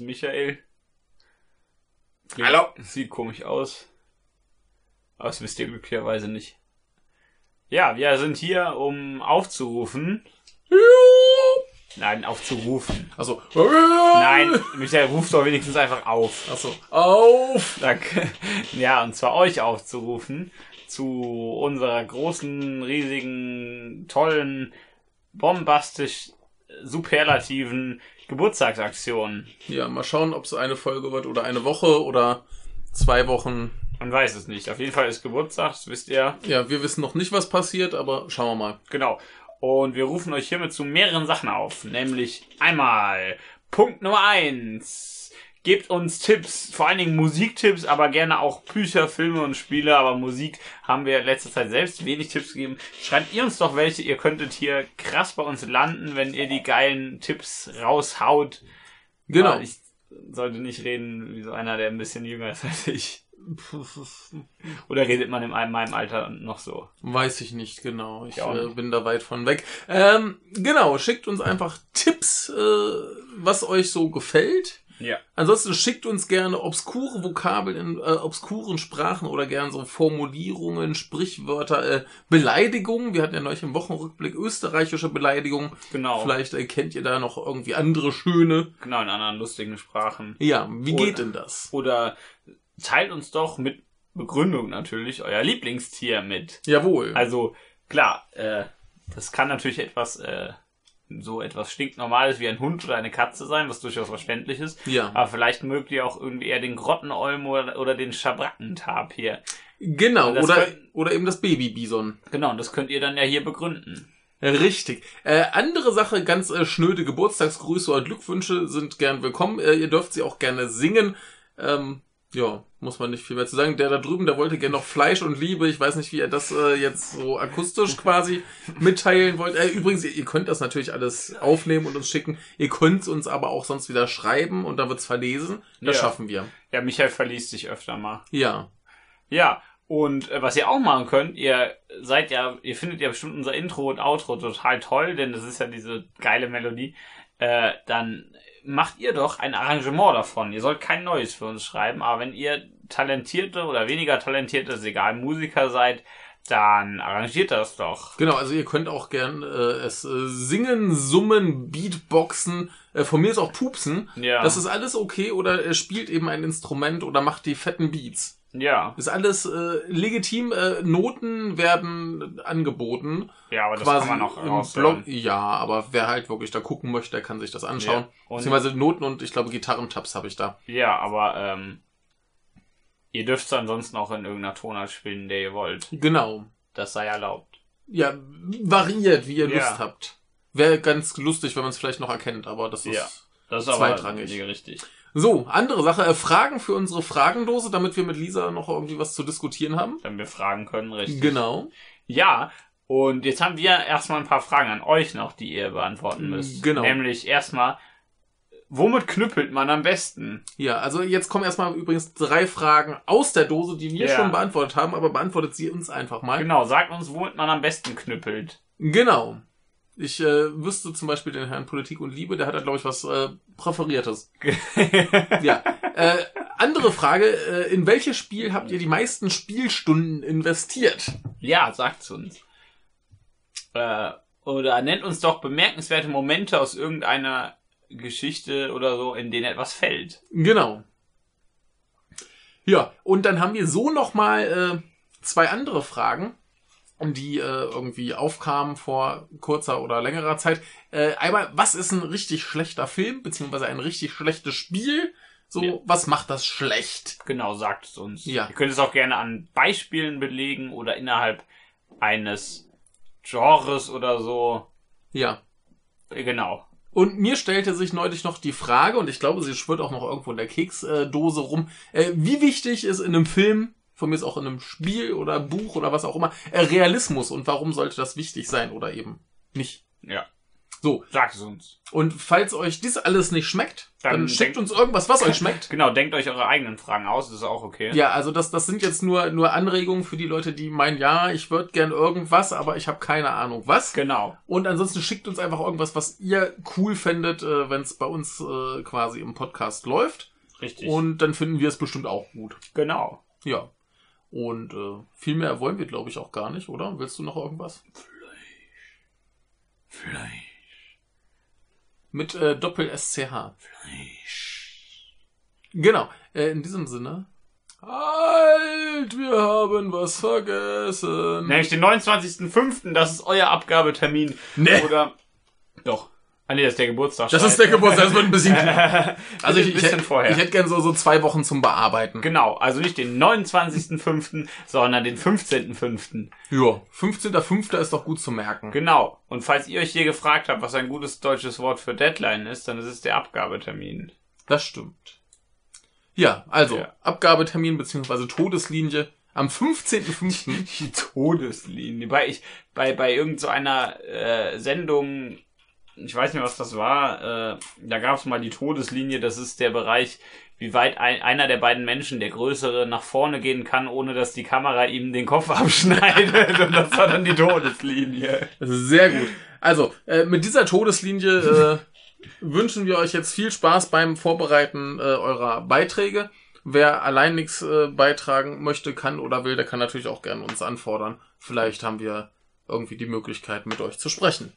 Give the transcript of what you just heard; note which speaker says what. Speaker 1: Michael. Klingt-
Speaker 2: Hallo.
Speaker 1: Sieht komisch aus. Aber das wisst ihr glücklicherweise nicht. Ja, wir sind hier, um aufzurufen. Nein, aufzurufen.
Speaker 2: Also.
Speaker 1: Nein, Michael, ruft doch wenigstens einfach auf.
Speaker 2: Also auf.
Speaker 1: Danke. Ja, und zwar euch aufzurufen zu unserer großen, riesigen, tollen, bombastisch superlativen Geburtstagsaktion.
Speaker 2: Ja, mal schauen, ob es eine Folge wird oder eine Woche oder zwei Wochen.
Speaker 1: Man weiß es nicht. Auf jeden Fall ist Geburtstag, das wisst ihr.
Speaker 2: Ja, wir wissen noch nicht, was passiert, aber schauen wir mal.
Speaker 1: Genau. Und wir rufen euch hiermit zu mehreren Sachen auf. Nämlich einmal Punkt Nummer eins Gebt uns Tipps, vor allen Dingen Musiktipps, aber gerne auch Bücher, Filme und Spiele. Aber Musik haben wir in letzter Zeit selbst wenig Tipps gegeben. Schreibt ihr uns doch welche. Ihr könntet hier krass bei uns landen, wenn ihr die geilen Tipps raushaut.
Speaker 2: Genau.
Speaker 1: Aber Ich sollte nicht reden wie so einer, der ein bisschen jünger ist als ich. Oder redet man in meinem meinem Alter noch so?
Speaker 2: Weiß ich nicht genau. Ich
Speaker 1: Ich auch
Speaker 2: äh,
Speaker 1: nicht.
Speaker 2: bin da weit von weg. Ähm, genau, schickt uns einfach Tipps, äh, was euch so gefällt.
Speaker 1: Ja.
Speaker 2: Ansonsten schickt uns gerne obskure Vokabeln in äh, obskuren Sprachen oder gerne so Formulierungen, Sprichwörter, äh, Beleidigungen. Wir hatten ja neulich im Wochenrückblick österreichische Beleidigungen.
Speaker 1: Genau.
Speaker 2: Vielleicht äh, kennt ihr da noch irgendwie andere schöne.
Speaker 1: Genau, in anderen lustigen Sprachen.
Speaker 2: Ja, wie
Speaker 1: Oder-
Speaker 2: geht denn das?
Speaker 1: Oder teilt uns doch mit Begründung natürlich euer Lieblingstier mit.
Speaker 2: Jawohl.
Speaker 1: Also klar, äh, das kann natürlich etwas, äh, so etwas stinknormales wie ein Hund oder eine Katze sein, was durchaus verständlich ist.
Speaker 2: ja,
Speaker 1: Aber vielleicht mögt ihr auch irgendwie eher den Grottenolm oder, oder den Schabrackentapir.
Speaker 2: genau.
Speaker 1: das
Speaker 2: Oder,
Speaker 1: können-
Speaker 2: oder eben das Babybison.
Speaker 1: Genau, und das könnt ihr dann ja hier begründen.
Speaker 2: Richtig. Äh, andere Sache, ganz äh, schnöde Geburtstagsgrüße oder Glückwünsche sind gern willkommen. Äh, ihr dürft sie auch gerne singen. Ähm, ja, muss man nicht viel mehr zu sagen. Der da drüben, der wollte gerne noch Fleisch und Liebe. Ich weiß nicht, wie er das äh, jetzt so akustisch quasi mitteilen wollte. Äh, übrigens, ihr, ihr könnt das natürlich alles aufnehmen und uns schicken. Ihr könnt uns aber auch sonst wieder schreiben und dann wird's verlesen. Das
Speaker 1: Ja.
Speaker 2: schaffen wir.
Speaker 1: Ja, Michael verliest sich öfter mal.
Speaker 2: Ja.
Speaker 1: Ja, und äh, was ihr auch machen könnt, ihr seid ja, ihr findet ja bestimmt unser Intro und Outro total toll, denn das ist ja diese geile Melodie. Äh, dann macht ihr doch ein Arrangement davon. Ihr sollt kein neues für uns schreiben, aber wenn ihr talentierte oder weniger talentierte, ist egal, Musiker seid, dann arrangiert das doch.
Speaker 2: Genau, also ihr könnt auch gern äh, es äh, singen, summen, Beatboxen, äh, von mir ist auch pupsen.
Speaker 1: Ja,
Speaker 2: Das ist alles okay oder er spielt eben ein Instrument oder macht die fetten Beats.
Speaker 1: ja,
Speaker 2: Ist alles äh, legitim. Äh, Noten werden angeboten.
Speaker 1: ja, aber das
Speaker 2: quasi
Speaker 1: kann man auch
Speaker 2: im
Speaker 1: raushören.
Speaker 2: Blog. Ja, aber wer halt wirklich da gucken möchte, der kann sich das anschauen.
Speaker 1: Ja, und,
Speaker 2: Beziehungsweise Noten und ich glaube Gitarrentabs habe ich da.
Speaker 1: ja, aber ähm, ihr dürft es ansonsten auch in irgendeiner Tonart spielen, der ihr wollt.
Speaker 2: Genau.
Speaker 1: Das sei erlaubt.
Speaker 2: Ja, variiert, wie ihr
Speaker 1: Ja.
Speaker 2: Lust habt. Wäre ganz lustig, wenn man es vielleicht noch erkennt, aber das ist.
Speaker 1: Ja. Das ist
Speaker 2: Zweitrangig.
Speaker 1: aber richtig.
Speaker 2: So, andere Sache. Äh, Fragen für unsere Fragendose, damit wir mit Lisa noch irgendwie was zu diskutieren haben.
Speaker 1: Wenn wir fragen können, richtig.
Speaker 2: Genau.
Speaker 1: Ja, und jetzt haben wir erstmal ein paar Fragen an euch noch, die ihr beantworten müsst.
Speaker 2: Genau.
Speaker 1: Nämlich erstmal, womit knüppelt man am besten?
Speaker 2: Ja, also jetzt kommen erstmal übrigens drei Fragen aus der Dose, die wir
Speaker 1: Ja.
Speaker 2: schon beantwortet haben, aber beantwortet sie uns einfach mal.
Speaker 1: Genau, sagt uns, womit man am besten knüppelt.
Speaker 2: Genau. Ich äh, wüsste zum Beispiel den Herrn Politik und Liebe, der hat da, glaube ich, was äh, Präferiertes. Ja. Äh, andere Frage, äh, in welches Spiel habt ihr die meisten Spielstunden investiert?
Speaker 1: ja, sagt's uns. Äh, oder nennt uns doch bemerkenswerte Momente aus irgendeiner Geschichte oder so, in denen etwas fällt.
Speaker 2: Genau. Ja, und dann haben wir so nochmal äh, zwei andere Fragen, die äh, irgendwie aufkamen vor kurzer oder längerer Zeit. Äh, einmal, was ist ein richtig schlechter Film, beziehungsweise ein richtig schlechtes Spiel? So,
Speaker 1: Ja.
Speaker 2: was macht das schlecht?
Speaker 1: Genau, sagt es uns.
Speaker 2: Ja.
Speaker 1: Ihr könnt es auch gerne an Beispielen belegen oder innerhalb eines Genres oder so.
Speaker 2: Ja.
Speaker 1: Äh, Genau.
Speaker 2: Und mir stellte sich neulich noch die Frage, und ich glaube, sie schwirrt auch noch irgendwo in der Keksdose äh, Dose rum, äh, wie wichtig ist in einem Film, von mir ist auch in einem Spiel oder Buch oder was auch immer, äh, Realismus und warum sollte das wichtig sein oder eben nicht?
Speaker 1: Ja.
Speaker 2: So,
Speaker 1: Sagt es uns.
Speaker 2: und falls euch dies alles nicht schmeckt, dann,
Speaker 1: Dann
Speaker 2: schickt
Speaker 1: denkt-
Speaker 2: uns irgendwas, was euch schmeckt.
Speaker 1: Genau, denkt euch eure eigenen Fragen aus, das ist auch okay.
Speaker 2: Ja, also das, das sind jetzt nur, nur Anregungen für die Leute, die meinen, ja, ich würde gern irgendwas, aber ich habe keine Ahnung was.
Speaker 1: Genau.
Speaker 2: Und ansonsten schickt uns einfach irgendwas, was ihr cool fändet, äh, wenn es bei uns äh, quasi im Podcast läuft.
Speaker 1: Richtig.
Speaker 2: Und dann finden wir es bestimmt auch gut.
Speaker 1: genau.
Speaker 2: Ja. Und äh, viel mehr wollen wir, glaube ich, auch gar nicht, oder? Willst du noch irgendwas?
Speaker 1: Fleisch.
Speaker 2: Mit äh, Doppel-SCH. Genau. Äh, in diesem Sinne. Halt, wir haben was vergessen.
Speaker 1: Nämlich den 29.05., das ist euer Abgabetermin.
Speaker 2: Nee.
Speaker 1: Oder. Doch. Ah nee, das ist der Geburtstag.
Speaker 2: Das ist der Geburtstag, das wird ein bisschen. Also ich,
Speaker 1: ein
Speaker 2: ich,
Speaker 1: bisschen
Speaker 2: hätte-
Speaker 1: vorher.
Speaker 2: ich hätte gern so, so zwei Wochen zum Bearbeiten.
Speaker 1: Genau, also nicht den 29.05., sondern den 15.05.
Speaker 2: Ja. 15.05. ist doch gut zu merken.
Speaker 1: Genau. Und falls ihr euch hier gefragt habt, was ein gutes deutsches Wort für Deadline ist, dann ist es der Abgabetermin.
Speaker 2: Das stimmt. Ja, also
Speaker 1: Ja.
Speaker 2: Abgabetermin beziehungsweise Todeslinie am 15.05.
Speaker 1: Die Todeslinie. Bei, ich, bei, bei irgendeiner äh, Sendung, ich weiß nicht, was das war, äh, da gab es mal die Todeslinie, das ist der Bereich, wie weit ein, einer der beiden Menschen, der Größere, nach vorne gehen kann, ohne dass die Kamera ihm den Kopf abschneidet. Und das war dann die Todeslinie.
Speaker 2: Sehr gut. Also, äh, mit dieser Todeslinie äh, wünschen wir euch jetzt viel Spaß beim Vorbereiten äh, eurer Beiträge. Wer allein nichts äh, beitragen möchte, kann oder will, der kann natürlich auch gerne uns anfordern. Vielleicht haben wir irgendwie die Möglichkeit, mit euch zu sprechen.